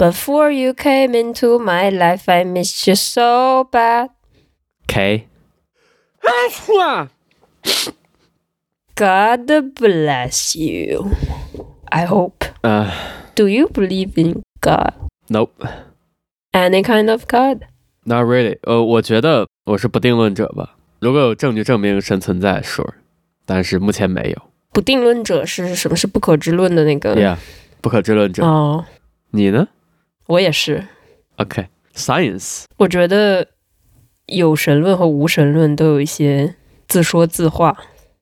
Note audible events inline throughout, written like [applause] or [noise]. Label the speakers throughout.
Speaker 1: Before you came into my life, I missed you so bad.
Speaker 2: K，
Speaker 3: 哇，
Speaker 1: God bless you. I hope.
Speaker 2: 呃
Speaker 1: Do you believe in God?
Speaker 2: ，Nope，Not
Speaker 1: Any kind of God?
Speaker 2: really。呃，我觉得我是不定论者吧。如果有证据证明神存在，Sure，但是目前没有。
Speaker 1: 不定论者是什么？是不可知论的那个。
Speaker 2: Yeah，不可知论者。
Speaker 1: 呃哦，
Speaker 2: 你呢
Speaker 1: 我也是。
Speaker 2: ？OK，Science，、
Speaker 1: 我觉得有神论和无神论都有一些自说自话。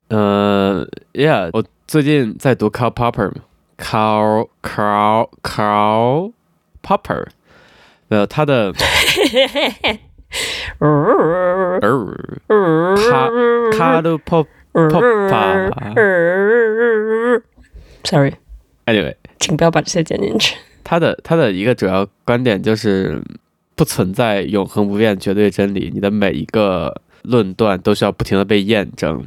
Speaker 2: 呃，Yeah，我最近在读 Karl Popper 嘛，Karl Karl Karl Popper，呃，他的 [laughs] 呃
Speaker 1: [laughs]
Speaker 2: Karl Pop Popper。
Speaker 1: Sorry，
Speaker 2: Anyway，
Speaker 1: 请不要把这些剪进 [laughs] 去。
Speaker 2: 他的他的一个主要观点就是，不存在永恒不变绝对真理，你的每一个论断都需要不停的被验证。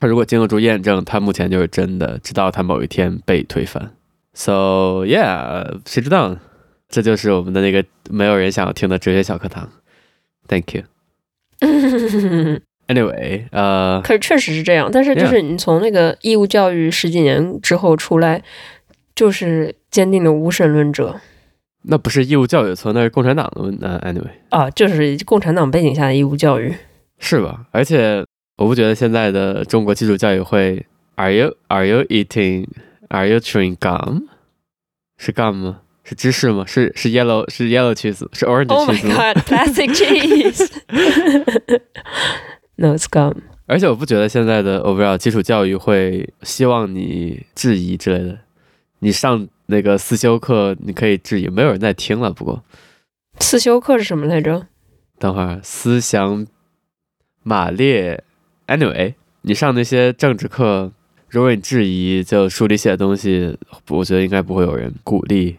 Speaker 2: 他如果经得住验证，他目前就是真的，直到他某一天被推翻。So yeah，谁知道呢？这就是我们的那个没有人想要听的哲学小课堂。Thank you。Anyway，呃，
Speaker 1: 可是确实是这样，但是就是你从那个义务教育十几年之后出来，就是坚定的无神论者
Speaker 2: 那不是义务教育村，那是共产党的问。呃，Anyway。
Speaker 1: 啊，就是共产党背景下的义务教育。
Speaker 2: 是吧？而且我不觉得现在的中国基础教育会，Are you Are you eating Are you chewing gum？是 gum 吗？是芝士吗？是是 yellow 是 yellow cheese 是 orange
Speaker 1: Oh my
Speaker 2: cheese 吗
Speaker 1: god, plastic cheese. [laughs] no, it's gone.
Speaker 2: 而且我不觉得现在的 overall 基础教育会希望你质疑之类的。你上那个思修课，你可以质疑，没有人在听了。不过
Speaker 1: 刺绣课是什么来着？
Speaker 2: 等会儿思想马列，anyway，你上那些政治课，如果你质疑就书里写的东西，我觉得应该不会有人鼓励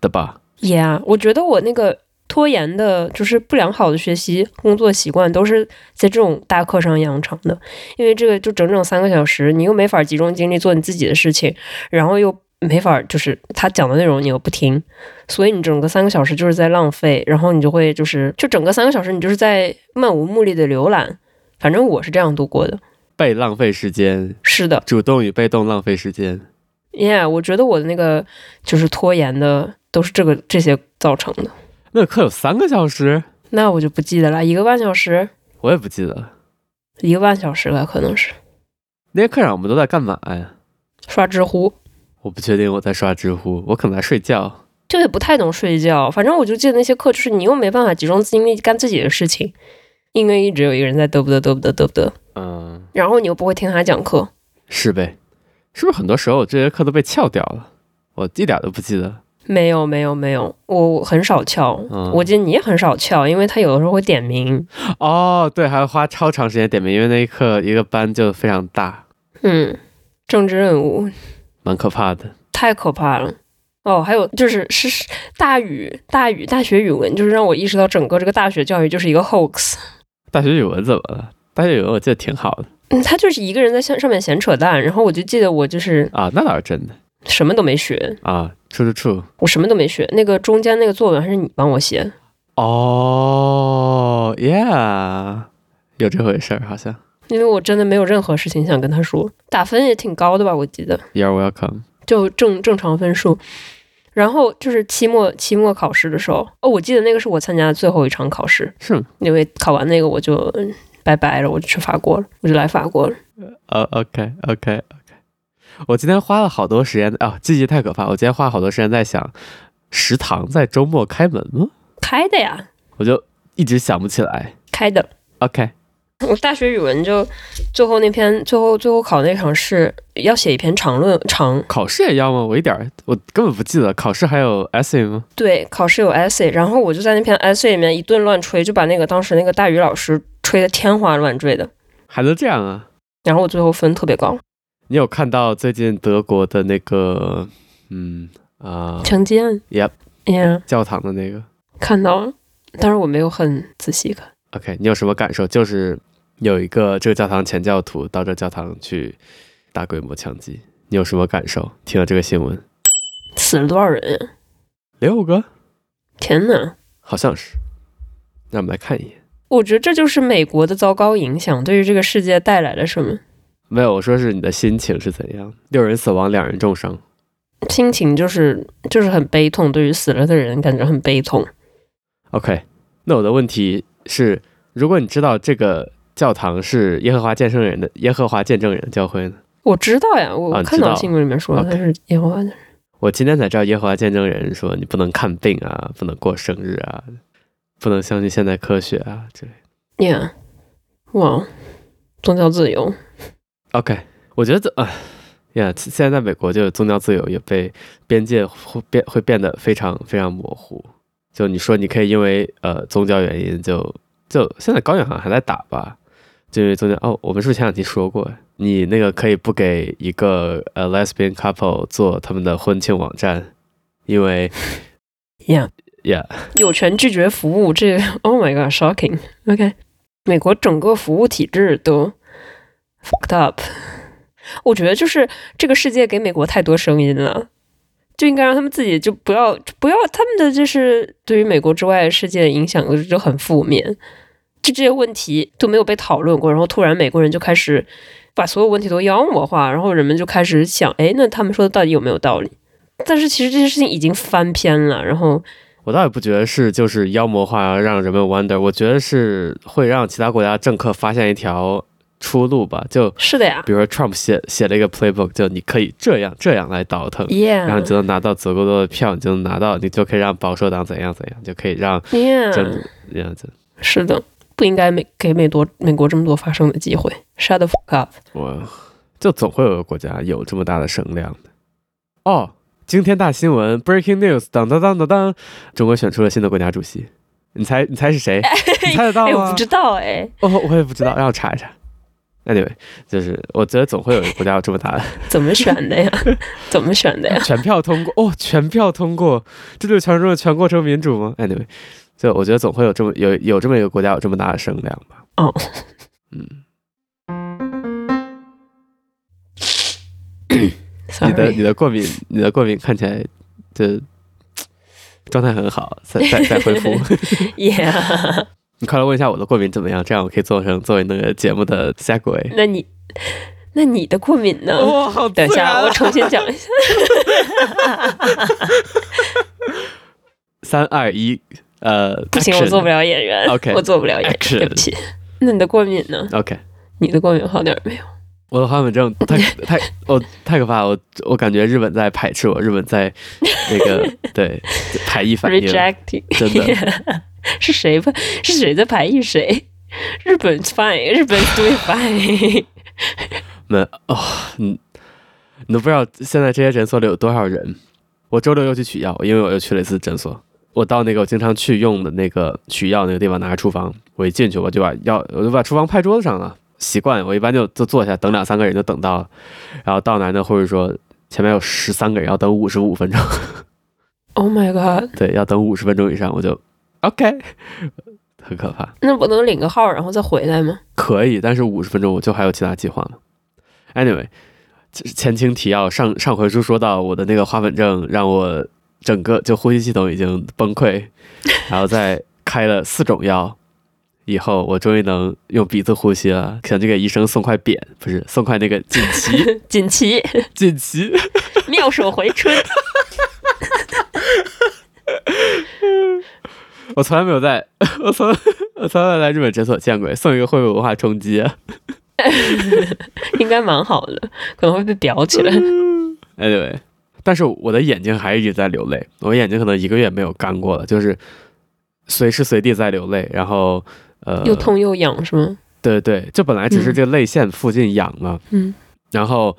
Speaker 2: 的吧？
Speaker 1: Yeah，我觉得我那个拖延的，就是不良好的学习工作习惯，都是在这种大课上养成的。因为这个就整整三个小时，你又没法集中精力做你自己的事情，然后又没法就是他讲的内容你又不听，所以你整个三个小时就是在浪费，然后你就会就是就整个三个小时你就是在漫无目的的浏览。反正我是这样度过的。
Speaker 2: 被浪费时间，
Speaker 1: 是的，
Speaker 2: 主动与被动浪费时间。
Speaker 1: Yeah，我觉得我的那个就是拖延的都是这个这些造成的。
Speaker 2: 那个课有三个小时，
Speaker 1: 那我就不记得了，一个半小时，
Speaker 2: 我也不记得了。
Speaker 1: 一个半小时吧，可能是
Speaker 2: 那些课上我们都在干嘛呀？
Speaker 1: 刷知乎，
Speaker 2: 我不确定我在刷知乎，我可能在睡觉。
Speaker 1: 就也不太懂睡觉。反正我就记得那些课，就是你又没办法集中精力干自己的事情，因为一直有一个人在嘚不嘚嘚不嘚嘚不嘚，
Speaker 2: 嗯，
Speaker 1: 然后你又不会听他讲课。
Speaker 2: 是呗？是不是很多时候这些课都被翘掉了？我一点都不记得。
Speaker 1: 没有没有没有，我我很少翘，
Speaker 2: 嗯
Speaker 1: 我记得你也很少翘，因为他有的时候会点名。
Speaker 2: 哦，对，还要花超长时间点名，因为那一课一个班就非常大，
Speaker 1: 嗯，政治任务
Speaker 2: 蛮可怕的。
Speaker 1: 太可怕了。哦，还有就是是是大语大语大学语文，就是让我意识到整个这个大学教育就是一个 hoax。
Speaker 2: 大学语文怎么了？大学语文我记得挺好的
Speaker 1: 嗯，他就是一个人在上上面闲扯淡，然后我就记得我就是
Speaker 2: 啊，那倒是真的
Speaker 1: 什么都没学，
Speaker 2: 啊，处处处。
Speaker 1: 我什么都没学。那个中间那个作文还是你帮我写，
Speaker 2: 哦，yeah，有这回事儿，好像。
Speaker 1: 因为我真的没有任何事情想跟他说。打分也挺高的吧，我记得
Speaker 2: You're welcome。
Speaker 1: 就正正常分数。然后就是期末期末考试的时候，哦，我记得那个是我参加的最后一场考试，
Speaker 2: 是吗？
Speaker 1: 因为考完那个我就嗯拜拜了，我就去法国了，我就来法国了。
Speaker 2: 呃，OK，OK，OK、我今天花了好多时间啊，记忆太可怕。我今天花了好多时间在想，食堂在周末开门吗？
Speaker 1: 开的呀，
Speaker 2: 我就一直想不起来。
Speaker 1: 开的。
Speaker 2: OK，
Speaker 1: 我大学语文就最后那篇，最后最后考那场试要写一篇长论长，
Speaker 2: 考试也要吗？我一点儿我根本不记得考试还有 essay 吗？
Speaker 1: 对，考试有 essay，然后我就在那篇 essay 里面一顿乱吹，就把那个当时那个大宇老师吹得天花乱坠的，
Speaker 2: 还能这样啊？
Speaker 1: 然后我最后分特别高，
Speaker 2: 你有看到最近德国的那个，嗯啊、
Speaker 1: 强奸
Speaker 2: Yep
Speaker 1: 呀，
Speaker 2: 教堂的那个
Speaker 1: 看到了，但是我没有很仔细看，
Speaker 2: ？OK，你有什么感受？就是有一个这个教堂前教徒到这教堂去大规模枪击，你有什么感受？听了这个新闻，
Speaker 1: 死了多少人呀？
Speaker 2: 六个
Speaker 1: 天哪！
Speaker 2: 好像是。让我们来看一眼。
Speaker 1: 我觉得这就是美国的糟糕影响对于这个世界带来了什么。
Speaker 2: 没有，我说是你的心情是怎样？六人死亡，两人重伤。
Speaker 1: 心情就是就是很悲痛，对于死了的人感觉很悲痛。
Speaker 2: OK，那我的问题是，如果你知道这个教堂是耶和华见证人的耶和华见证人教会呢？
Speaker 1: 我知道呀，我
Speaker 2: 啊你
Speaker 1: 看
Speaker 2: 知
Speaker 1: 到
Speaker 2: 道
Speaker 1: 新闻里面说
Speaker 2: ，OK
Speaker 1: 他是耶和华的人。
Speaker 2: 我今天才知道耶和华见证人说你不能看病啊，不能过生日啊，不能相信现代科学啊之类的。
Speaker 1: Yeah，哇，哦宗教自由。
Speaker 2: OK，我觉得啊呀，现在在美国就宗教自由也被边界会变会变得非常非常模糊。就你说你可以因为呃宗教原因就就现在高远好像还在打吧，就因为宗教哦，我们是不是前两期说过，你那个可以不给一个呃 lesbian couple 做他们的婚庆网站，因为
Speaker 1: Yeah，
Speaker 2: 呀、
Speaker 1: 有权拒绝服务，这 [laughs] Oh my God，shocking。OK，美国整个服务体制都 fucked up。我觉得就是这个世界给美国太多声音了，就应该让他们自己就不要就不要他们的就是对于美国之外的世界的影响就很负面，就这些问题都没有被讨论过，然后突然美国人就开始把所有问题都妖魔化，然后人们就开始想，哎，那他们说的到底有没有道理？但是其实这些事情已经翻篇了，然后
Speaker 2: 我倒也不觉得是就是妖魔化让人们 wonder，我觉得是会让其他国家政客发现一条出路吧。就是
Speaker 1: 的呀，
Speaker 2: 比如说 Trump 写写了一个 playbook，就你可以这样这样来倒腾，然后你
Speaker 1: Yeah，
Speaker 2: 就能拿到足够多的票，你就能拿到，你就可以让保守党怎样怎样，就可以让
Speaker 1: yeah，
Speaker 2: 政这样子。
Speaker 1: 是的，不应该美给美多美国这么多发声的机会。Shut the fuck up！
Speaker 2: 我就总会有个国家有这么大的声量的。哦，惊天大新闻，breaking news，当当当当当，中国选出了新的国家主席，你猜你猜
Speaker 1: [laughs]
Speaker 2: 是谁？你猜得到
Speaker 1: 哎，
Speaker 2: 吗？
Speaker 1: 我不知道哎，
Speaker 2: 哦，我也不知道，让我查一查。Anyway，就是我觉得总会有一个国家有这么大的
Speaker 1: 怎么选的呀？ [laughs] 怎么选的呀？
Speaker 2: [laughs] 全票通过哦，全票通过，这就是传说中的全过程民主吗？Anyway，就我觉得总会有这么有有这么一个国家有这么大的声量吧。
Speaker 1: 哦，
Speaker 2: 嗯，你的你
Speaker 1: Sorry，
Speaker 2: 的过敏，你的过敏看起来就状态很好，再再再恢
Speaker 1: [laughs]
Speaker 2: 复。
Speaker 1: yeah，
Speaker 2: 你快来问一下我的过敏怎么样，这样我可以做成作为那个节目的 segue。
Speaker 1: 那你那你的过敏呢？
Speaker 2: 哇、好
Speaker 1: 嗯等一
Speaker 2: 自然啊
Speaker 1: 下，我重新讲一
Speaker 2: [laughs]
Speaker 1: 下。
Speaker 2: 三二一，呃，
Speaker 1: 不行，我
Speaker 2: action
Speaker 1: 做不了演员
Speaker 2: OK
Speaker 1: 我做不了演员，对不起。那你的过敏呢？
Speaker 2: OK。
Speaker 1: 你的过敏好点儿没有？
Speaker 2: 我的花粉症太太我、太可怕了，我我感觉日本在排斥我，日本在那个对排异反应，
Speaker 1: rejecting，
Speaker 2: 真
Speaker 1: [laughs]
Speaker 2: 的
Speaker 1: 是谁吧？是谁在排异谁？日本 fine，日本 doing fine。 [laughs]
Speaker 2: 那哦，嗯，你都不知道现在这些诊所里有多少人。我周六又去取药，因为我又去了一次诊所。我到那个我经常去用的那个取药那个地方，拿着处方，我一进去我就把药，我就把处方拍桌子上了。习惯，我一般就就坐下等两三个人就等到了，然后到那儿呢，或者说前面有十三个人要等五十五分钟。
Speaker 1: Oh my god！
Speaker 2: 对，要等五十分钟以上，我就 OK，很可怕。
Speaker 1: 那不能领个号然后再回来吗？
Speaker 2: 可以，但是五十分钟我就还有其他计划嘛。Anyway，这前情提要，上上回书说到我的那个花粉症让我整个就呼吸系统已经崩溃，然后再开了四种药。以后我终于能用鼻子呼吸了，想去给医生送块匾，不是送块那个锦旗，
Speaker 1: 锦旗， [laughs]
Speaker 2: 锦旗。
Speaker 1: 妙手回春。 [laughs]
Speaker 2: 我从来没有在， [laughs] 我从我从来没有在日本诊所见过，送一个会不会文化冲击啊？
Speaker 1: 应该蛮好的，可能会被裱起来。
Speaker 2: 嗯 Anyway，但是我的眼睛还一直在流泪，我眼睛可能一个月没有干过了，就是随时随地在流泪，然后
Speaker 1: [laughs]
Speaker 2: 呃，
Speaker 1: 又痛又痒是吗？
Speaker 2: 对对，就本来只是
Speaker 1: 嗯
Speaker 2: 这个泪腺附近痒了，
Speaker 1: 嗯
Speaker 2: 然后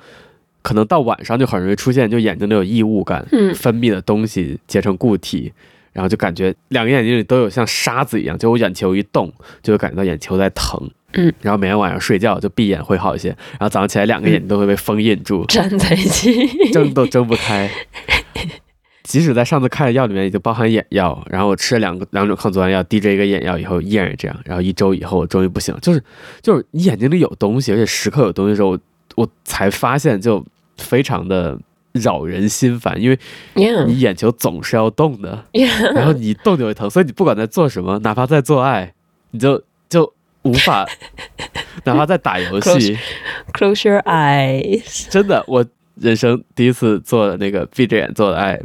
Speaker 2: 可能到晚上就很容易出现，就眼睛里有异物感，
Speaker 1: 嗯
Speaker 2: 分泌的东西结成固体，然后就感觉两个眼睛里都有像沙子一样，就我眼球一动，就会感觉到眼球在疼。
Speaker 1: 嗯，
Speaker 2: 然后每天晚上睡觉就闭眼会好一些，然后早上起来两个眼睛都会被封印住，
Speaker 1: 粘在一起。 [laughs]
Speaker 2: 睁都睁不开。即使在上次开的药里面已经包含眼药，然后我吃了两个两种抗组胺药，滴着一个眼药以后依然是这样，然后一周以后我终于不行了，就是就是你眼睛里有东西，而且时刻有东西的时候，我我才发现就非常的扰人心烦，因为
Speaker 1: Yeah，
Speaker 2: 你眼球总是要动的，
Speaker 1: yeah
Speaker 2: 然后你动就会疼，所以你不管在做什么，哪怕在做爱，你就就无法，哪怕在打游戏，
Speaker 1: close your eyes。
Speaker 2: [laughs] 真的，我人生第一次做那个闭着眼做的爱。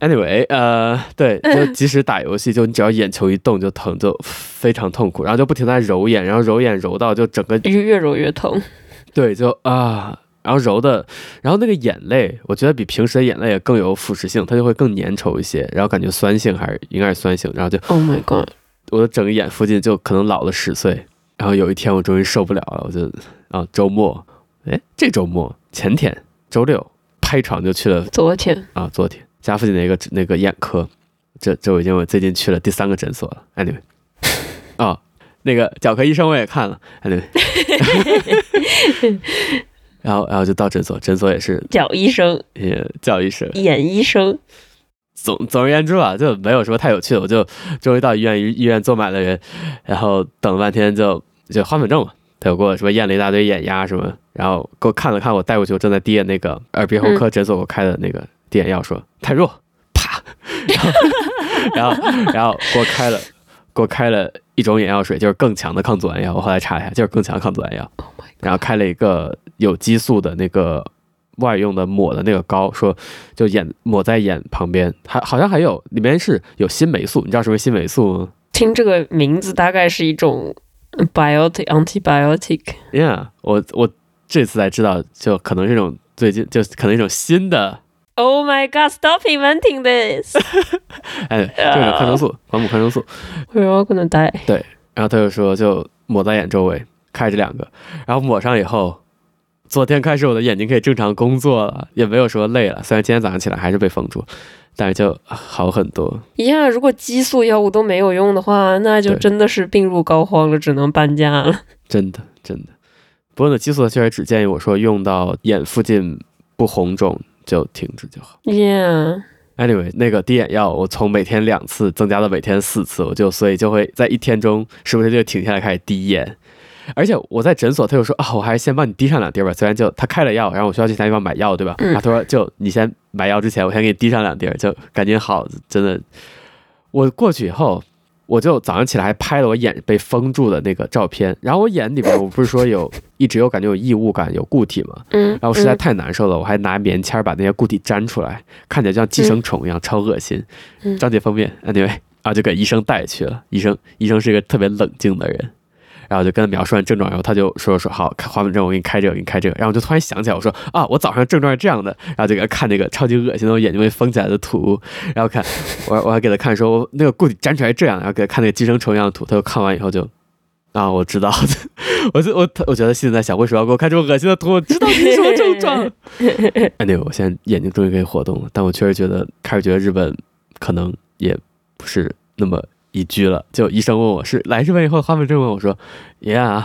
Speaker 2: Anyway，呃，对，就即使打游戏，就你只要眼球一动就疼，就非常痛苦，然后就不停地在揉眼，然后揉眼揉到就整个
Speaker 1: [laughs] 越越揉越疼，
Speaker 2: 对，就啊，然后揉的，然后那个眼泪，我觉得比平时的眼泪更有腐蚀性，它就会更粘稠一些，然后感觉酸性还是应该是酸性，然后就
Speaker 1: Oh my god！
Speaker 2: 我的整个眼附近就可能老了十岁。然后有一天我终于受不了了，我就啊周末，哎这周末前天周六拍床就去了
Speaker 1: 昨天
Speaker 2: 啊，昨天家附近的一个那个眼科，这这我已经我最近去了第三个诊所了。Anyway，啊、那个脚科医生我也看了。Anyway，然后然后就到诊所，诊所也是
Speaker 1: 脚医生、
Speaker 2: 也叫医生。
Speaker 1: 眼医生，
Speaker 2: 总总而言之吧，就没有什么太有趣的。我就终于到医院，医医院坐满了人，然后等了半天就就花粉症嘛，他又给我什么验了一大堆眼压什么，然后给我看了看我带过去我正在滴的那个耳鼻喉科诊所给我开的那个滴眼药，说太弱，啪，然后然后然后给我开了给我开了一种眼药水，就是更强的抗组胺药。我后来查了一下，就是更强的抗组胺药。然后开了一个有激素的那个外用的抹的那个膏，说就眼抹在眼旁边，还好像还有里面是有新霉素，你知道什么是新霉素吗
Speaker 1: 听这个名字大概是一种嗯 biotic antibiotic。
Speaker 2: ？Yeah，我我这次才知道，就可能是一种最近就可能一种新的，
Speaker 1: Oh my god! Stop inventing this. [laughs]
Speaker 2: 哎，就是一种抗生素，广谱抗生素。
Speaker 1: We're all gonna die.
Speaker 2: 然后他就说就抹在眼周围，开这两个，然后抹上以后，昨天开始我的眼睛可以正常工作了，也没有说累了。虽然今天早上起来还是被封住，但是就好很多。
Speaker 1: 一样，如果激素药物都没有用的话，那就
Speaker 2: 对
Speaker 1: 真的是病入膏肓了，只能搬家了。
Speaker 2: 真的真的。不过呢，激素确实只建议我说用到眼附近不红肿就停止就好。
Speaker 1: [laughs] Yeah，
Speaker 2: Anyway，那个滴眼药我从每天两次增加到每天四次，我就所以就会在一天中时不时就停下来开始滴眼。而且我在诊所，他就说啊，我还是先帮你滴上两滴吧。虽然就他开了药，然后我需要去其他地方买药，对吧？
Speaker 1: 嗯
Speaker 2: 然后他说就你先买药之前，我先给你滴上两滴，就赶紧好。真的，我过去以后，我就早上起来还拍了我眼被封住的那个照片。然后我眼里面，我不是说有一直有感觉有异物感、有固体吗？
Speaker 1: 嗯，
Speaker 2: 然后实在太难受了，我还拿棉签儿把那些固体粘出来，看起来就像寄生虫一样，超恶心
Speaker 1: 嗯。
Speaker 2: 张姐方便，anyway，啊，就给医生带去了。医生，医生是一个特别冷静的人，然后就跟他描述完症状，然后他就说说好，看花粉症，我给你开这个，给你开这个。然后我就突然想起来，我说啊，我早上症状是这样的，然后就给他看那个超级恶心的我眼睛被封起来的图，然后看我我还给他看说那个固体粘出来这样，然后给他看那个寄生虫一样的图，他就看完以后就。啊，我知道， [laughs] 我就我我觉得心里在想，为什么要给我看这么恶心的图？我知道你是什么症状，哎，对，我现在眼睛终于可以活动了，但我确实觉得开始觉得日本可能也不是那么宜居了。就医生问我是来日本以后花粉症吗？我说，Yeah，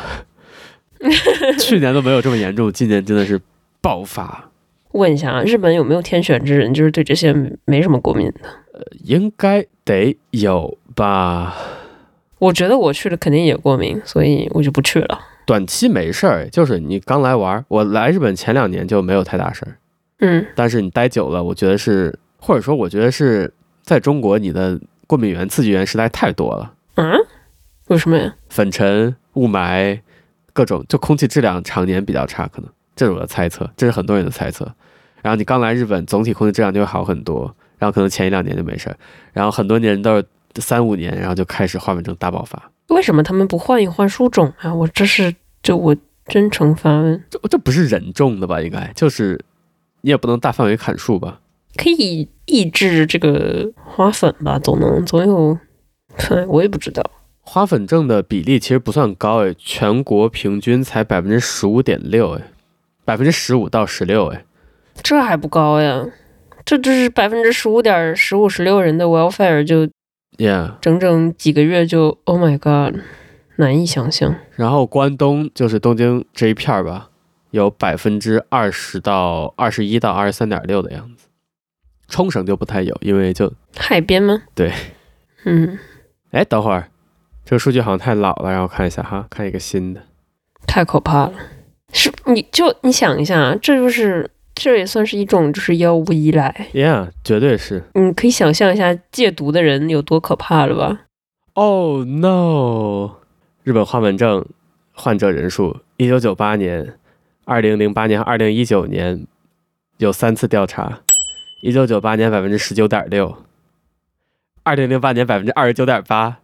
Speaker 2: 去年都没有这么严重，今年真的是爆发。
Speaker 1: 问一下啊，日本有没有天选之人，就是对这些没什么过敏的？
Speaker 2: 应该得有吧，
Speaker 1: 我觉得我去了肯定也过敏，所以我就不去了。
Speaker 2: 短期没事儿，就是你刚来玩儿。我来日本前两年就没有太大事儿，
Speaker 1: 嗯，
Speaker 2: 但是你待久了，我觉得是，或者说我觉得是在中国你的过敏源、刺激源实在太多了。
Speaker 1: 啊？为什么呀？
Speaker 2: 粉尘、雾霾，各种就空气质量常年比较差，可能这是我的猜测，这是很多人的猜测。然后你刚来日本，总体空气质量就会好很多，然后可能前一两年就没事儿，然后很多年都是三五年，然后就开始花粉症大爆发。
Speaker 1: 为什么他们不换一换树种啊？我这是就我真诚发问，
Speaker 2: 这这不是人种的吧？应该就是你也不能大范围砍树吧？
Speaker 1: 可以抑制这个花粉吧？总能总有，哼我也不知道。
Speaker 2: 花粉症的比例其实不算高诶，全国平均才百分之十五点六诶，百分之十五到十六诶。
Speaker 1: 这还不高呀？这就是百分之十五点十五十六人的 welfare，就
Speaker 2: Yeah，
Speaker 1: 整整几个月就 Oh my God，难以想象。
Speaker 2: 然后关东就是东京这一片儿吧，有百分之二十到二十一到二十三点六的样子。冲绳就不太有，因为就
Speaker 1: 海边吗？
Speaker 2: 对，
Speaker 1: 嗯，
Speaker 2: 哎，等会儿这个数据好像太老了，让我看一下哈，看一个新的。
Speaker 1: 啊太可怕了。是，你就你想一下，这就是这也算是一种就是药物依赖。
Speaker 2: ，Yeah，绝对是。
Speaker 1: 你可以想象一下戒毒的人有多可怕了吧？
Speaker 2: Oh no！日本花粉症患者人数，一九九八年、二零零八年、二零一九年有三次调查。一九九八年百分之十九点六，二零零八年百分之二十九点八，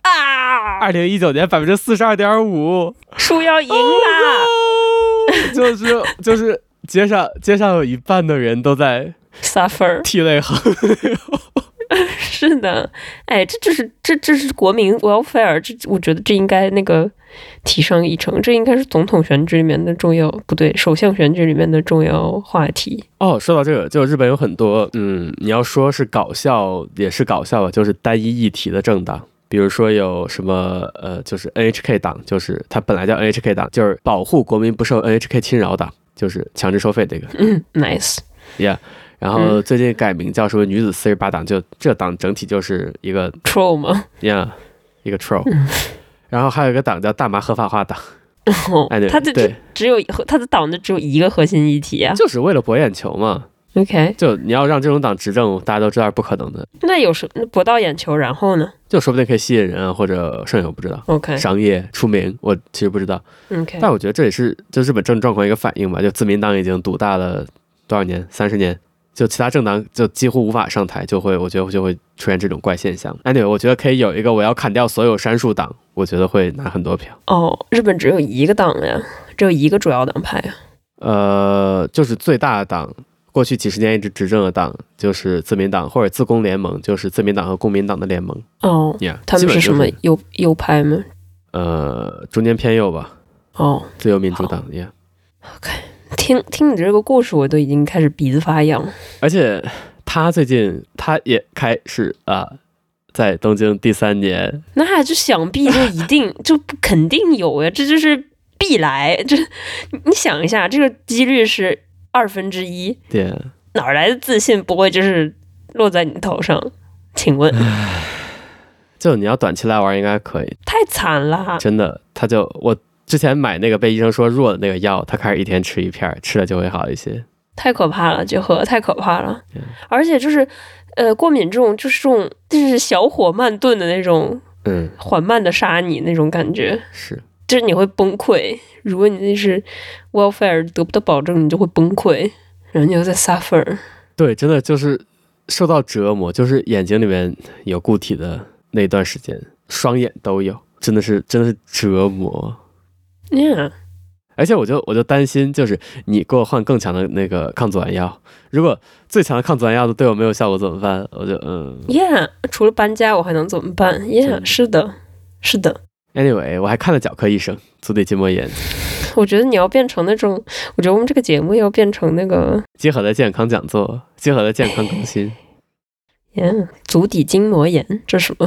Speaker 1: 啊，
Speaker 2: 二零一九年百分之四十二点五。！Oh,
Speaker 1: 树要
Speaker 2: 哦
Speaker 1: 赢啦！
Speaker 2: no！就是就是街上街上有一半的人都在
Speaker 1: suffer
Speaker 2: 涕泪横流。
Speaker 1: 是的，哎，这就是这这是国民 welfare，这我觉得这应该那个提上议程，这应该是总统选举里面的重要，不对，首相选举里面的重要话题。
Speaker 2: 哦，说到这个，就日本有很多，嗯，你要说是搞笑也是搞笑吧，就是单一议题的政党，比如说有什么呃，就是 NHK 党，就是它本来叫 NHK 党，就是保护国民不受 NHK 侵扰党，就是强制收费这个。
Speaker 1: 嗯，nice，嗯
Speaker 2: 然后最近改名叫什么女子四十八党，就这党整体就是一个
Speaker 1: troll 吗？
Speaker 2: 呀、一个 troll。然后还有一个党叫大麻合法化党，
Speaker 1: [laughs] 哦
Speaker 2: 哎对，
Speaker 1: 他的只
Speaker 2: 对，
Speaker 1: 只有他的党的只有一个核心议题啊。
Speaker 2: 就是为了博眼球嘛。
Speaker 1: OK，
Speaker 2: 就你要让这种党执政，大家都知道是不可能的，
Speaker 1: 那有什么博到眼球，然后呢
Speaker 2: 就说不定可以吸引人啊，或者剩下我不知道。商业出名，我其实不知道，
Speaker 1: ？OK，OK，
Speaker 2: 但我觉得这也是就日本政治状况一个反应吧。就自民党已经独大了多少年，三十年，就其他政党就几乎无法上台，就会我觉得就会出现这种怪现象。Anyway，我觉得可以有一个我要砍掉所有杉树党，我觉得会拿很多票。
Speaker 1: 哦，日本只有一个党呀，只有一个主要党派啊呀。
Speaker 2: 呃，就是最大的党，过去几十年一直执政的党就是自民党或者自公联盟，就是自民党和公民党的联盟。
Speaker 1: 哦，
Speaker 2: Yeah，
Speaker 1: 他
Speaker 2: 基
Speaker 1: 们
Speaker 2: 本
Speaker 1: 是什
Speaker 2: 就
Speaker 1: 么右右派吗？
Speaker 2: 呃，中间偏右吧，
Speaker 1: 哦，
Speaker 2: 自由民主党。Yeah。
Speaker 1: 听听你这个故事，我都已经开始鼻子发痒了。
Speaker 2: 而且他最近他也开始啊，在东京第三年，
Speaker 1: 那就想必就一定就不肯定有呀，这就是必来。这你你想一下，这个几率是二分之一，
Speaker 2: 对，
Speaker 1: 哪儿来的自信不会就是落在你头上？请问，
Speaker 2: 就你要短期来玩应该可以，
Speaker 1: 太惨了！
Speaker 2: 真的，他就我之前买那个被医生说弱的那个药，他开始一天吃一片儿，吃了就会好一些。
Speaker 1: 太可怕了，结合太可怕了
Speaker 2: 嗯，
Speaker 1: 而且就是，呃，过敏这种就是这种就是小火慢炖的那种，
Speaker 2: 嗯，
Speaker 1: 缓慢的杀你那种感觉，
Speaker 2: 是，
Speaker 1: 就是你会崩溃。如果你那是 welfare 得不到保证，你就会崩溃，然后你又在 suffer。
Speaker 2: 对，真的就是受到折磨，就是眼睛里面有固体的那段时间，双眼都有，真的是真的是折磨。
Speaker 1: Yeah，
Speaker 2: 而且我就我就担心，就是你给我换更强的那个抗组胺药，如果最强的抗组胺药都对我没有效果怎么办？我就嗯
Speaker 1: Yeah，除了搬家，我还能怎么办
Speaker 2: 真
Speaker 1: ？Yeah，
Speaker 2: 的
Speaker 1: 是的，是的。
Speaker 2: ，anyway，我还看了脚科医生，足底筋膜炎，
Speaker 1: 我觉得你要变成那种，我觉得我们这个节目要变成那个
Speaker 2: 结合的健康讲座，结合的健康更新，
Speaker 1: ，Yeah，足底筋膜炎，这是什么？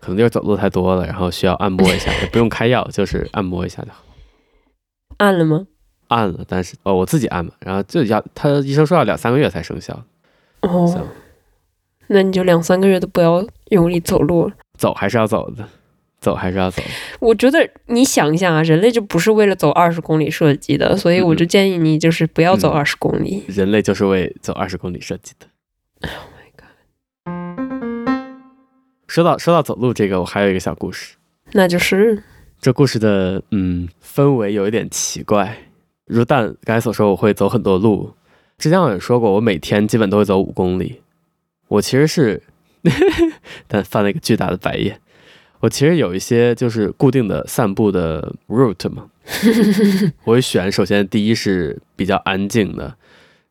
Speaker 2: 可能就是走路太多了，然后需要按摩一下，也不用开药，就是按摩一下就好。
Speaker 1: 按了吗？
Speaker 2: 按了，但是哦，我自己按嘛，然后就要他医生说要两三个月才生效，
Speaker 1: 哦、
Speaker 2: 行
Speaker 1: 那你就两三个月都不要用力走路了。
Speaker 2: 走还是要走的，走还是要走的。
Speaker 1: 我觉得你想一下啊，人类就不是为了走二十公里设计的，所以我就建议你就是不要走
Speaker 2: 嗯
Speaker 1: 二十公里。
Speaker 2: 人类就是为走二十公里设计的。
Speaker 1: Oh my god，
Speaker 2: 说到说到走路这个，我还有一个小故事。
Speaker 1: 那就是
Speaker 2: 这故事的嗯氛围有一点奇怪。如蛋刚才所说，我会走很多路。之前我也说过，我每天基本都会走五公里。我其实是， [laughs] 但翻了一个巨大的白眼。我其实有一些就是固定的散步的 route 嘛，我会选。首先，第一是比较安静的，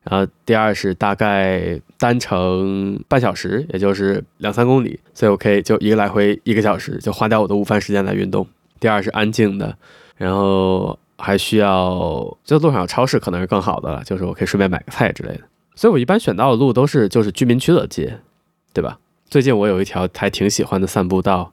Speaker 2: 然后第二是大概单程半小时，也就是两三公里，所以我可以就一个来回一个小时，就花掉我的午饭时间来运动。第二是安静的，然后还需要就路上有超市可能是更好的了，就是我可以顺便买个菜之类的。所以我一般选到的路都是就是居民区的街，对吧？最近我有一条还挺喜欢的散步道，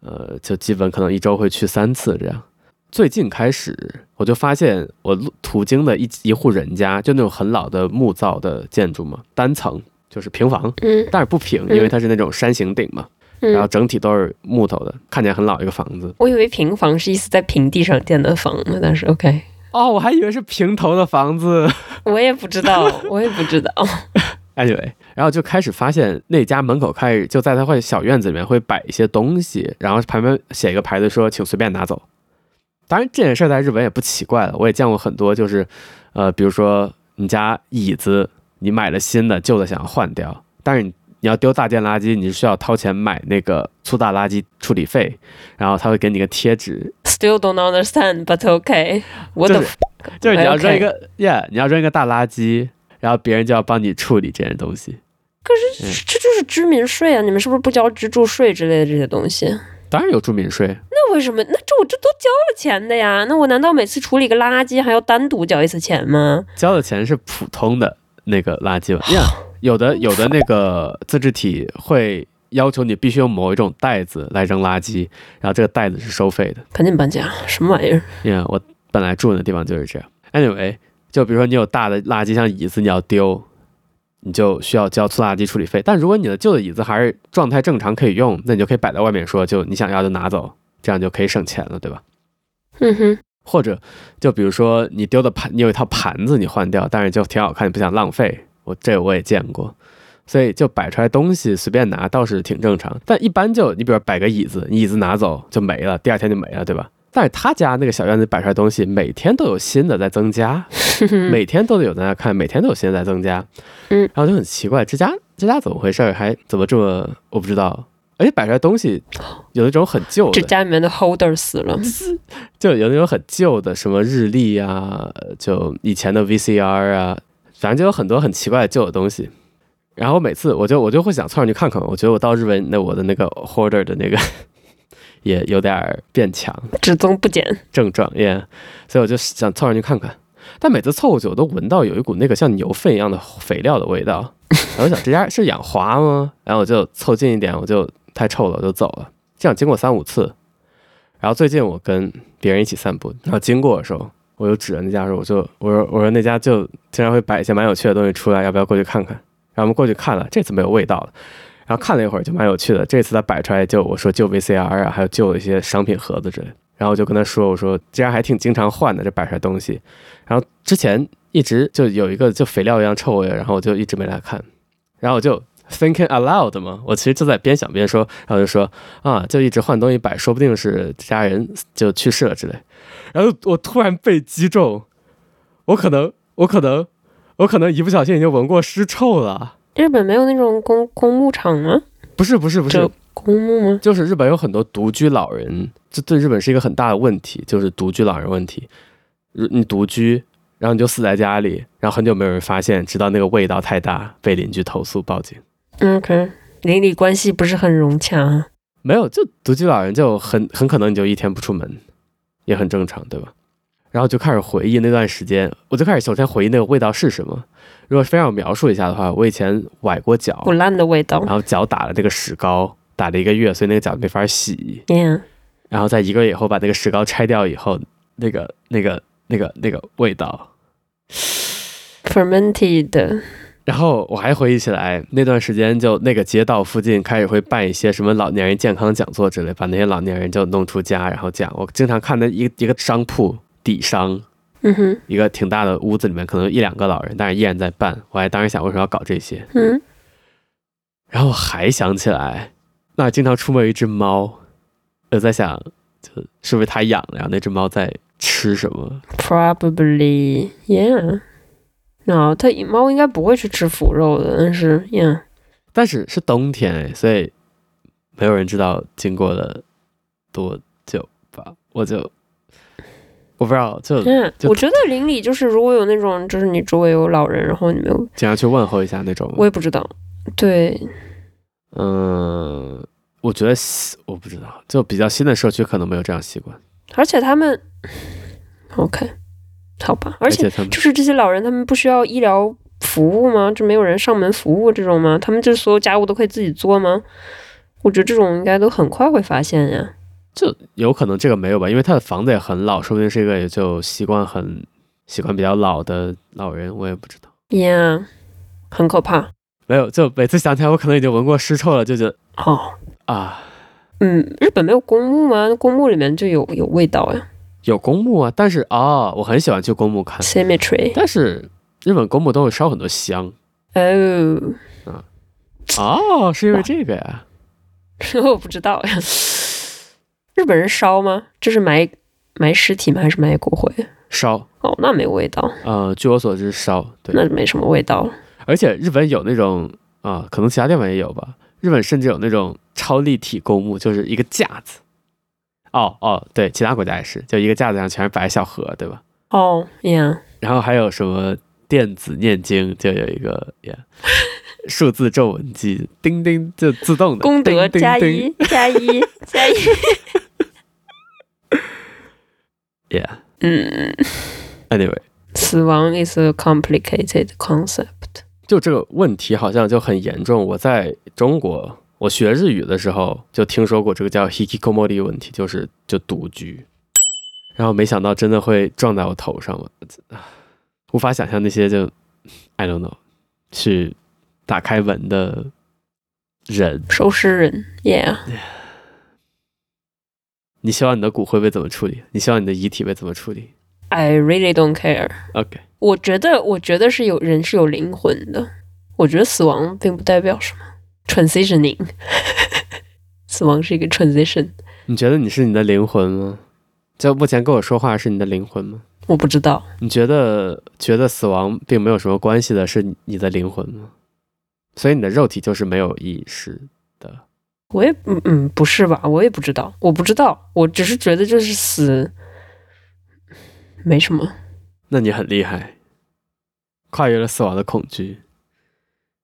Speaker 2: 呃，就基本可能一周会去三次这样。最近开始，我就发现我路途经的一一户人家，就那种很老的木造的建筑嘛，单层就是平房，
Speaker 1: 嗯
Speaker 2: 但是不平，因为它是那种山形顶嘛，然
Speaker 1: 嗯，
Speaker 2: 后整体都是木头的，看起来很老一个房子。
Speaker 1: 我以为平房是意思在平地上建的房呢，但是 OK，
Speaker 2: 哦，我还以为是平头的房子。
Speaker 1: 我也不知道， [laughs] 我也不知道。
Speaker 2: [laughs] anyway，然后就开始发现那家门口开始就在他会小院子里面会摆一些东西，然后旁边写一个牌子说请随便拿走。当然这件事在日本也不奇怪了，我也见过很多，就是呃，比如说你家椅子你买了新的，旧的想要换掉，但是你你要丢大件垃圾，你是需要掏钱买那个粗大垃圾处理费，然后他会给你个贴纸，
Speaker 1: Still don't understand, but okay. What the
Speaker 2: 就是
Speaker 1: f-
Speaker 2: 就是你要
Speaker 1: OK
Speaker 2: 扔一个，yeah，你要扔一个大垃圾，然后别人就要帮你处理这件东西。
Speaker 1: 这就是居民税啊！你们是不是不交居住税之类的这些东西？
Speaker 2: 当然有住民税，
Speaker 1: 那为什么？那这我这都交了钱的呀！那我难道每次处理个垃圾还要单独交一次钱吗？
Speaker 2: 交的钱是普通的那个垃圾吧 yeah，有的有的那个自治体会要求你必须用某一种袋子来扔垃圾，然后这个袋子是收费的。
Speaker 1: 赶紧搬家，什么玩意儿？
Speaker 2: yeah，我本来住的地方就是这样。Anyway，就比如说你有大的垃圾，像椅子你要丢，你就需要交粗垃圾处理费。但如果你的旧的椅子还是状态正常可以用，那你就可以摆在外面说，就你想要就拿走，这样就可以省钱了，对吧？
Speaker 1: 嗯哼，
Speaker 2: 或者就比如说你丢的盘，你有一套盘子你换掉，但是就挺好看，你不想浪费，我这我也见过。所以就摆出来东西随便拿倒是挺正常，但一般就你比如摆个椅子，你椅子拿走就没了，第二天就没了，对吧？但是他家那个小院子摆出来东西，每天都有新的在增加，每天都得有在那看，每天都有新的在增加，
Speaker 1: 嗯，
Speaker 2: 然后就很奇怪，这家这家怎么回事儿？还怎么这么我不知道？而且摆出来东西有那种很旧
Speaker 1: [laughs] 这
Speaker 2: 的，
Speaker 1: 家里面的 holder 死了，
Speaker 2: 就有那种很旧的，什么日历啊，呃就以前的 VCR 啊，反正就有很多很奇怪的旧的东西。然后每次我就我就会想凑上去看看，我觉得我到日本那我的那个 hoarder 的那个 [laughs] 也有点儿变强
Speaker 1: 只增不减。
Speaker 2: 症状耶所以我就想凑上去看看。但每次凑过去，我都闻到有一股那个像牛粪一样的肥料的味道。然后我想这家是养花吗？然后我就凑近一点，我就太臭了，我就走了。这样经过三五次，然后最近我跟别人一起散步，然后经过的时候，我就指着那家说：“我就我说我说那家就经常会摆一些蛮有趣的东西出来，要不要过去看看？”然后我们过去看了，这次没有味道了。然后看了一会儿就蛮有趣的，这次他摆出来就我说旧 VCR 啊，还有旧的一些商品盒子之类的。然后我就跟他说：“我说这样还挺经常换的，这摆出来东西。然后之前一直就有一个就肥料一样臭味，然后我就一直没来看。然后我就 thinking aloud 嘛，我其实就在边想边说，然后我就说啊，就一直换东西摆，说不定是家人就去世了之类。然后我突然被击中，我可能，我可能，我可能一不小心已经闻过尸臭了。
Speaker 1: 日本没有那种公公墓场吗？
Speaker 2: 不是，不是，不是
Speaker 1: 这，公墓吗？
Speaker 2: 就是日本有很多独居老人，这对日本是一个很大的问题，就是独居老人问题。如你独居，然后你就死在家里，然后很久没有人发现，直到那个味道太大，被邻居投诉报警。
Speaker 1: 嗯，OK，邻里关系不是很融洽啊。
Speaker 2: 没有，就独居老人就很很可能你就一天不出门，也很正常，对吧？然后就开始回忆那段时间，我就开始首先回忆那个味道是什么。如果非让我描述一下的话，我以前崴过脚，
Speaker 1: 腐烂的味道
Speaker 2: 然。后脚打了那个石膏，打了一个月，所以那个脚没法洗。
Speaker 1: Yeah，
Speaker 2: 然后在一个月以后把那个石膏拆掉以后，那个那个那个那个味道。
Speaker 1: fermented
Speaker 2: 然后我还回忆起来那段时间，就那个街道附近开始会办一些什么老年人健康讲座之类，把那些老年人就弄出家，然后讲。我经常看那一一个商铺底商，
Speaker 1: 嗯哼，
Speaker 2: 一个挺大的屋子里面，可能有一两个老人，但是依然在办。我还当时想，为什么要搞这些？
Speaker 1: 嗯，
Speaker 2: 然后我还想起来，那儿经常出没有一只猫，我在想，就是不是他养的，然后那只猫在吃什么？
Speaker 1: Probably, yeah. no，它猫应该不会去吃腐肉的，但是，yeah，
Speaker 2: 但是是冬天哎，所以没有人知道经过了多久吧？我就我不知道，就
Speaker 1: 嗯
Speaker 2: 就
Speaker 1: 我觉得邻里就是如果有那种，就是你周围有老人，然后你没有，
Speaker 2: 经常去问候一下那种。
Speaker 1: 我也不知道，对，
Speaker 2: 嗯、我觉得西我不知道，就比较新的社区可能没有这样习惯，
Speaker 1: 而且他们，OK，好吧，而
Speaker 2: 而
Speaker 1: 且
Speaker 2: 他们
Speaker 1: 就是这些老人，他们不需要医疗服务吗？就没有人上门服务这种吗？他们这所有家务都可以自己做吗？我觉得这种应该都很快会发现呀。
Speaker 2: 就有可能这个没有吧，因为他的房子也很老，说不定是一个也就习惯很习惯比较老的老人，我也不知道。
Speaker 1: Yeah，很可怕
Speaker 2: 没有，就每次想起来，我可能已经闻过尸臭了，就觉得
Speaker 1: 哦。
Speaker 2: 啊，
Speaker 1: 嗯，日本没有公墓吗？公墓里面就有有味道呀。
Speaker 2: 有公墓啊，但是啊、哦，我很喜欢去公墓看，
Speaker 1: Symmetry。
Speaker 2: 但是日本公墓都会烧很多香
Speaker 1: 哦， [laughs]
Speaker 2: 哦，是因为这个呀？
Speaker 1: 我不知道呀。日本人烧吗？这是埋埋尸体吗？还是埋骨灰？
Speaker 2: 烧，
Speaker 1: 哦，那没味道，
Speaker 2: 呃，据我所知烧，对，
Speaker 1: 那没什么味道了。
Speaker 2: 而且日本有那种啊、可能其他地方也有吧。日本甚至有那种超立体公墓，就是一个架子。哦哦，对，其他国家也是，就一个架子上全是白小盒，对吧？
Speaker 1: 哦呀，
Speaker 2: 然后还有什么电子念经，就有一个耶数字咒文机，叮叮就自动的
Speaker 1: 功德
Speaker 2: 叮叮
Speaker 1: 加
Speaker 2: 叮
Speaker 1: 一加
Speaker 2: [laughs]
Speaker 1: 一加一。
Speaker 2: Yeah.
Speaker 1: 嗯，
Speaker 2: Anyway，
Speaker 1: 死亡 is a complicated concept。
Speaker 2: 就这个问题好像就很严重。我在中国，我学日语的时候就听说过这个叫 hikikomori 问题，就是就独居，然后没想到真的会撞在我头上，我啊无法想象那些就 I don't know 去打开门的人，
Speaker 1: 收尸人，yeah，
Speaker 2: 你希望你的骨灰被怎么处理？你希望你的遗体被怎么处理
Speaker 1: I really don't care。
Speaker 2: ？OK，
Speaker 1: 我觉得，我觉得是有人是有灵魂的。我觉得死亡并不代表什么，transitioning，死亡是一个 transition。
Speaker 2: 你觉得你是你的灵魂吗？就目前跟我说话是你的灵魂吗？
Speaker 1: 我不知道，
Speaker 2: 你觉得觉得死亡并没有什么关系的是你的灵魂吗？所以你的肉体就是没有意识的。
Speaker 1: 我也嗯嗯不是吧，我也不知道，我不知道，我只是觉得就是死没什么。
Speaker 2: 那你很厉害，跨越了死亡的恐惧。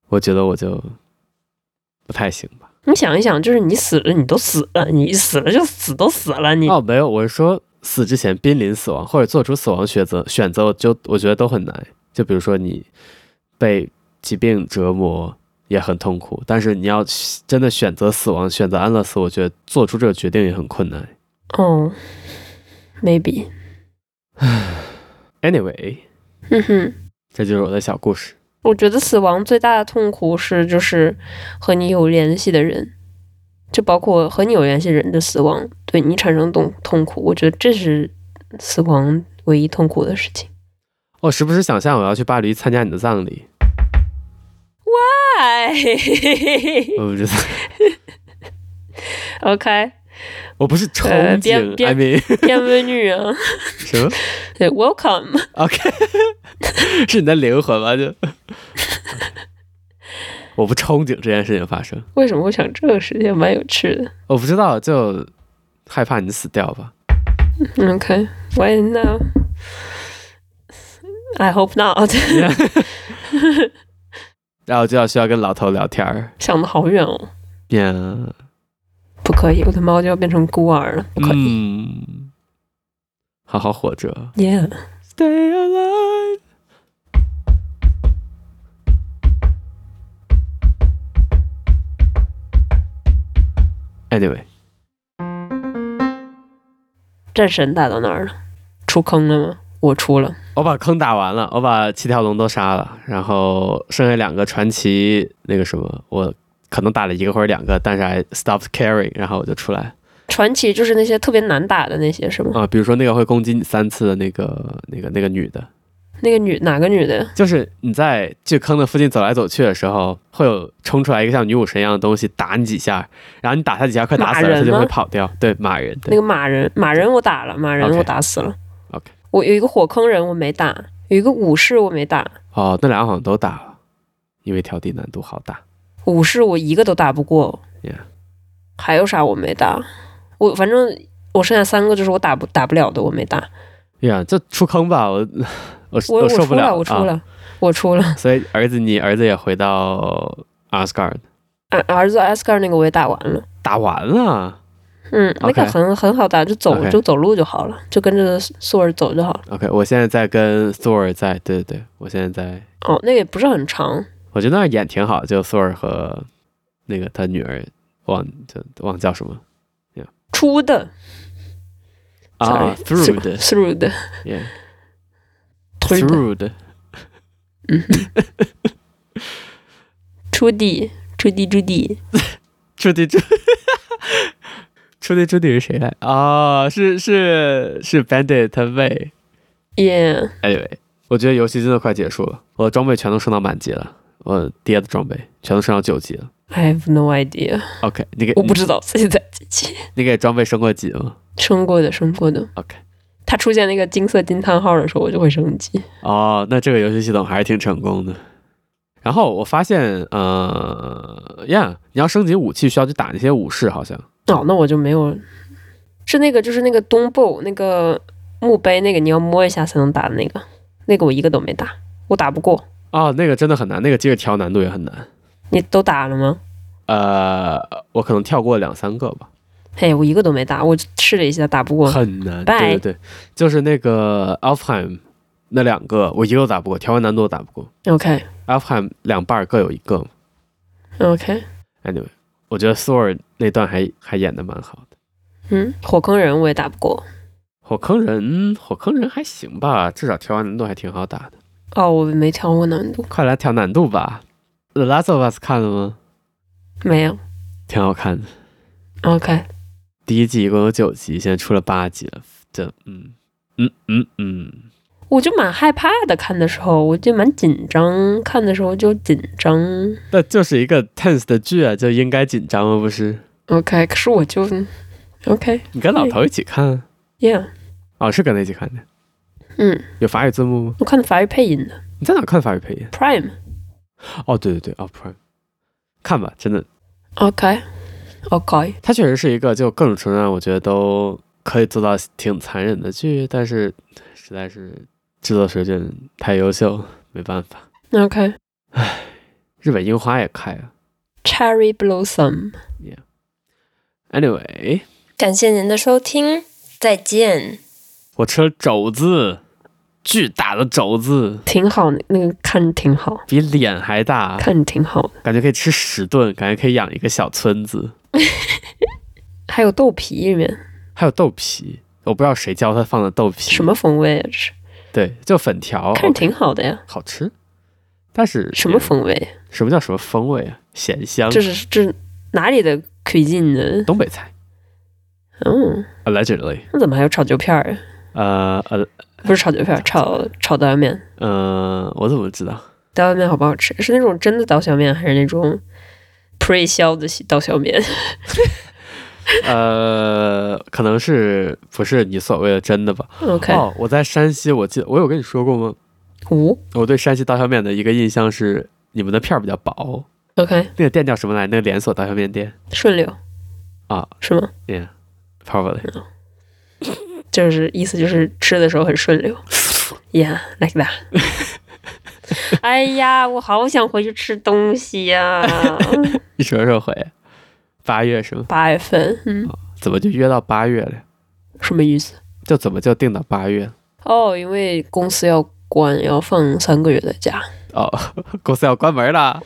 Speaker 2: 我觉得我就不太行吧。
Speaker 1: 你想一想，就是你死了，你都死了，你死了就死都死了，你、
Speaker 2: 哦，没有，我是说死之前濒临死亡或者做出死亡选择选择，我就我觉得都很难。就比如说你被疾病折磨也很痛苦，但是你要真的选择死亡，选择安乐死，我觉得做出这个决定也很困难。
Speaker 1: 哦，maybe，
Speaker 2: Anyway，
Speaker 1: 哼嗯哼。
Speaker 2: 这就是我的小故事。
Speaker 1: 我觉得死亡最大的痛苦是，就是和你有联系的人，就包括和你有联系人的死亡，对你产生痛痛苦。我觉得这是死亡唯一痛苦的事情。
Speaker 2: 我哦时不时想象我要去巴黎参加你的葬礼，
Speaker 1: 哎
Speaker 2: 我不知道，
Speaker 1: ，OK，
Speaker 2: 我不是憧
Speaker 1: 别
Speaker 2: 憬、
Speaker 1: 别
Speaker 2: i mean
Speaker 1: 变美女啊，
Speaker 2: 什么
Speaker 1: 对，Welcome。 [laughs]
Speaker 2: ？OK，是你的灵魂吗？就 [laughs] 我不憧憬这件事情发生，
Speaker 1: 为什么会想这个事情？蛮有趣的。
Speaker 2: 我不知道，就害怕你死掉吧。 [laughs]
Speaker 1: OK，Why、not? I hope not 。
Speaker 2: 然后就要需要跟老头聊天儿，
Speaker 1: 想的好远哦，
Speaker 2: 变嗯
Speaker 1: 不可以，我的猫就要变成孤儿了，不可以。
Speaker 2: 嗯，好好活着
Speaker 1: Yeah。
Speaker 2: ，Stay alive。Anyway。
Speaker 1: 战神打到哪儿了？出坑了吗？我出了。
Speaker 2: 我把坑打完了，我把七条龙都杀了，然后剩下两个传奇那个什么，我可能打了一个或者两个，但是还 stopped caring，然后我就出来啊、
Speaker 1: 传奇就是那些特别难打的那些，是吗？
Speaker 2: 比如说那个会攻击你三次的那个那个那个女的，
Speaker 1: 那个女哪个女的？
Speaker 2: 就是你在这坑的附近走来走去的时候，会有冲出来一个像女武神一样的东西打你几下，然后你打他几下快打
Speaker 1: 马
Speaker 2: 死了，
Speaker 1: 人
Speaker 2: 他就会
Speaker 1: 吗
Speaker 2: 跑掉。对，马人，
Speaker 1: 那
Speaker 2: 对
Speaker 1: 个马人，马人我打了，马人
Speaker 2: OK
Speaker 1: 我打死了。
Speaker 2: OK
Speaker 1: 我有一个火坑人我没打，有一个武士我没打，
Speaker 2: 哦，那俩好像都打了，因为调低难度好打。
Speaker 1: 武士我一个都打不过。
Speaker 2: Yeah
Speaker 1: 还有啥我没打？我反正我剩下三个就是我打不打不了的，我没打。
Speaker 2: 呀、就出坑吧，我 [laughs] 我
Speaker 1: 我
Speaker 2: 受
Speaker 1: 出
Speaker 2: 不了，
Speaker 1: 了，我出
Speaker 2: 啊
Speaker 1: 了，我出了。
Speaker 2: 所以儿子，你儿子也回到 Asgard，
Speaker 1: 儿啊儿子 S 盖那个我也打完了。
Speaker 2: 打完了。
Speaker 1: 嗯，那个
Speaker 2: OK
Speaker 1: 很很好打，就走
Speaker 2: OK
Speaker 1: 就走路就好了，就跟着素儿走就好了。
Speaker 2: OK，我现在在跟 Thor 在，对对对，我现在在，
Speaker 1: 哦，那个也不是很长。
Speaker 2: 我觉得那儿演挺好，就 Thor 和那个他女儿，忘就忘叫什么
Speaker 1: 出的
Speaker 2: 啊
Speaker 1: Sorry，
Speaker 2: ，Through 的
Speaker 1: through 的推的嗯出
Speaker 2: ，Yeah，Through [laughs] 的，
Speaker 1: 地出地出地，
Speaker 2: [laughs] 出地出出说那真的是谁来？啊、是是是 Bandit 他妹。
Speaker 1: 耶、
Speaker 2: Anyway，我觉得游戏真的快结束了，我的装备全都升到满级了，我爹的装备全都升到九级了。
Speaker 1: i have no idea，
Speaker 2: OK，你给
Speaker 1: 我不知道自己在几级，
Speaker 2: 你给装备升过级吗
Speaker 1: 升过的，升过的。
Speaker 2: ？OK，
Speaker 1: 它出现那个金色惊叹号的时候，我就会升级。
Speaker 2: 哦，那这个游戏系统还是挺成功的。然后我发现，呃，呀，你要升级武器需要去打那些武士，好像
Speaker 1: 哦，那我就没有，是那个就是那个东部那个墓碑那个，你要摸一下才能打的那个，那个我一个都没打，我打不过。
Speaker 2: 哦，那个真的很难，那个接着调难度也很难。
Speaker 1: 你都打了吗？
Speaker 2: 呃，我可能跳过两三个吧，
Speaker 1: 嘿，我一个都没打，我试了一下打不
Speaker 2: [laughs]
Speaker 1: 过。
Speaker 2: 很难。
Speaker 1: 拜
Speaker 2: 对对对，就是那个 Alfheim 那两个，我一个都打不过，调完难度都打不过。
Speaker 1: OK
Speaker 2: Alfheim 两半儿各有一个嘛
Speaker 1: OK，
Speaker 2: Anyway，我觉得 Sword 那段还还演的蛮好的。
Speaker 1: 嗯，火坑人我也打不过。
Speaker 2: 火坑人，火坑人还行吧，至少调完难度还挺好打的。
Speaker 1: 哦，我没调过难度，
Speaker 2: 快来调难度吧。The Last of Us 看了吗？
Speaker 1: 没有。
Speaker 2: 挺好看的，
Speaker 1: OK，
Speaker 2: 第一季一共有九集，现在出了八集了。这，嗯嗯嗯嗯，
Speaker 1: 我就蛮害怕的，看的时候我就蛮紧张，看的时候就紧张。
Speaker 2: 那就是一个 tense 的剧啊，就应该紧张吗？不是？
Speaker 1: OK，可是我就 OK，Yeah，、
Speaker 2: 你跟老头一起看啊？
Speaker 1: Yeah，
Speaker 2: 哦，是跟他一起看的。
Speaker 1: 嗯，
Speaker 2: 有法语字幕吗？
Speaker 1: 我看法语配音的
Speaker 2: 你在哪看法语配音？
Speaker 1: Prime。
Speaker 2: 哦，对对对，哦 Prime，看吧，真的，
Speaker 1: OK，OK，、
Speaker 2: 它确实是一个就各种程度上我觉得都可以做到挺残忍的剧，但是实在是制作水准太优秀，没办法。
Speaker 1: OK。
Speaker 2: 日本樱花也开了。
Speaker 1: Cherry Blossom，
Speaker 2: Anyway，
Speaker 4: 感谢您的收听，再见。
Speaker 2: 我吃了肘子，巨大的肘子，
Speaker 1: 挺好，那个看着挺好，
Speaker 2: 比脸还大。
Speaker 1: 看着挺好的。
Speaker 2: 感觉可以吃十顿，感觉可以养一个小村子。
Speaker 1: 还有豆皮里面
Speaker 2: 还有豆皮，我不知道谁教他放的豆皮。
Speaker 1: 什么？风味啊？这是
Speaker 2: 对，就粉条，
Speaker 1: 看着
Speaker 2: OK，
Speaker 1: 挺好的呀。
Speaker 2: 好吃。但是
Speaker 1: 什么？风味？啊
Speaker 2: 什么叫什么风味啊？咸香，
Speaker 1: 这是这是哪里的 cuisine 呢？
Speaker 2: 东北菜
Speaker 1: 嗯，
Speaker 2: ，allegedly。
Speaker 1: 那怎么还有炒牛片儿？
Speaker 2: 呃呃
Speaker 1: 不是炒牛片
Speaker 2: [laughs]
Speaker 1: 儿，炒炒刀削面。
Speaker 2: 呃，我怎么知道？
Speaker 1: 刀削面好不好吃？是那种真的刀削面，还是那种 pre 削的刀削面？
Speaker 2: 呃，可能是不是你所谓的真的吧？
Speaker 1: OK，
Speaker 2: 哦，我在山西，我记得我有跟你说过吗？
Speaker 1: 五、
Speaker 2: 我对山西刀削面的一个印象是，你们的片儿比较薄。
Speaker 1: OK，
Speaker 2: 那个店叫什么来？那个连锁刀削面店
Speaker 1: 顺溜
Speaker 2: 啊
Speaker 1: 是吗？
Speaker 2: ，yeah，probably。
Speaker 1: 就是意思就是吃的时候很顺
Speaker 2: [laughs]
Speaker 1: 溜，Yeah，like that 。哎呀，我好想回去吃东西
Speaker 2: [laughs]
Speaker 1: 呀、
Speaker 2: 你什么时候回？八月是吗？
Speaker 1: 八月份，嗯，
Speaker 2: 怎么就约到八月了？
Speaker 1: 什么意思？
Speaker 2: 就怎么就定到八月了？
Speaker 1: 哦，因为公司要关，要放三个月的假。
Speaker 2: 哦， [laughs] 公司要关门了，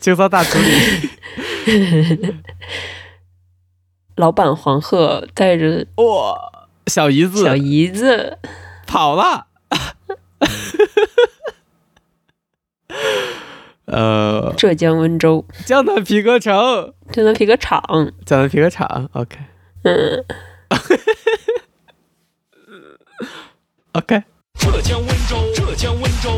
Speaker 2: 清扫大处理。
Speaker 1: 老板黄鹤带着
Speaker 2: [laughs] 哇、小姨子
Speaker 1: 小姨子，
Speaker 2: 跑了。 [laughs] 呃，
Speaker 1: 浙江温州
Speaker 2: 江南皮革城，
Speaker 1: 就那皮革厂，
Speaker 2: 江南皮革厂，OK
Speaker 1: 嗯，
Speaker 2: OK。
Speaker 5: 浙江温州，浙江温州。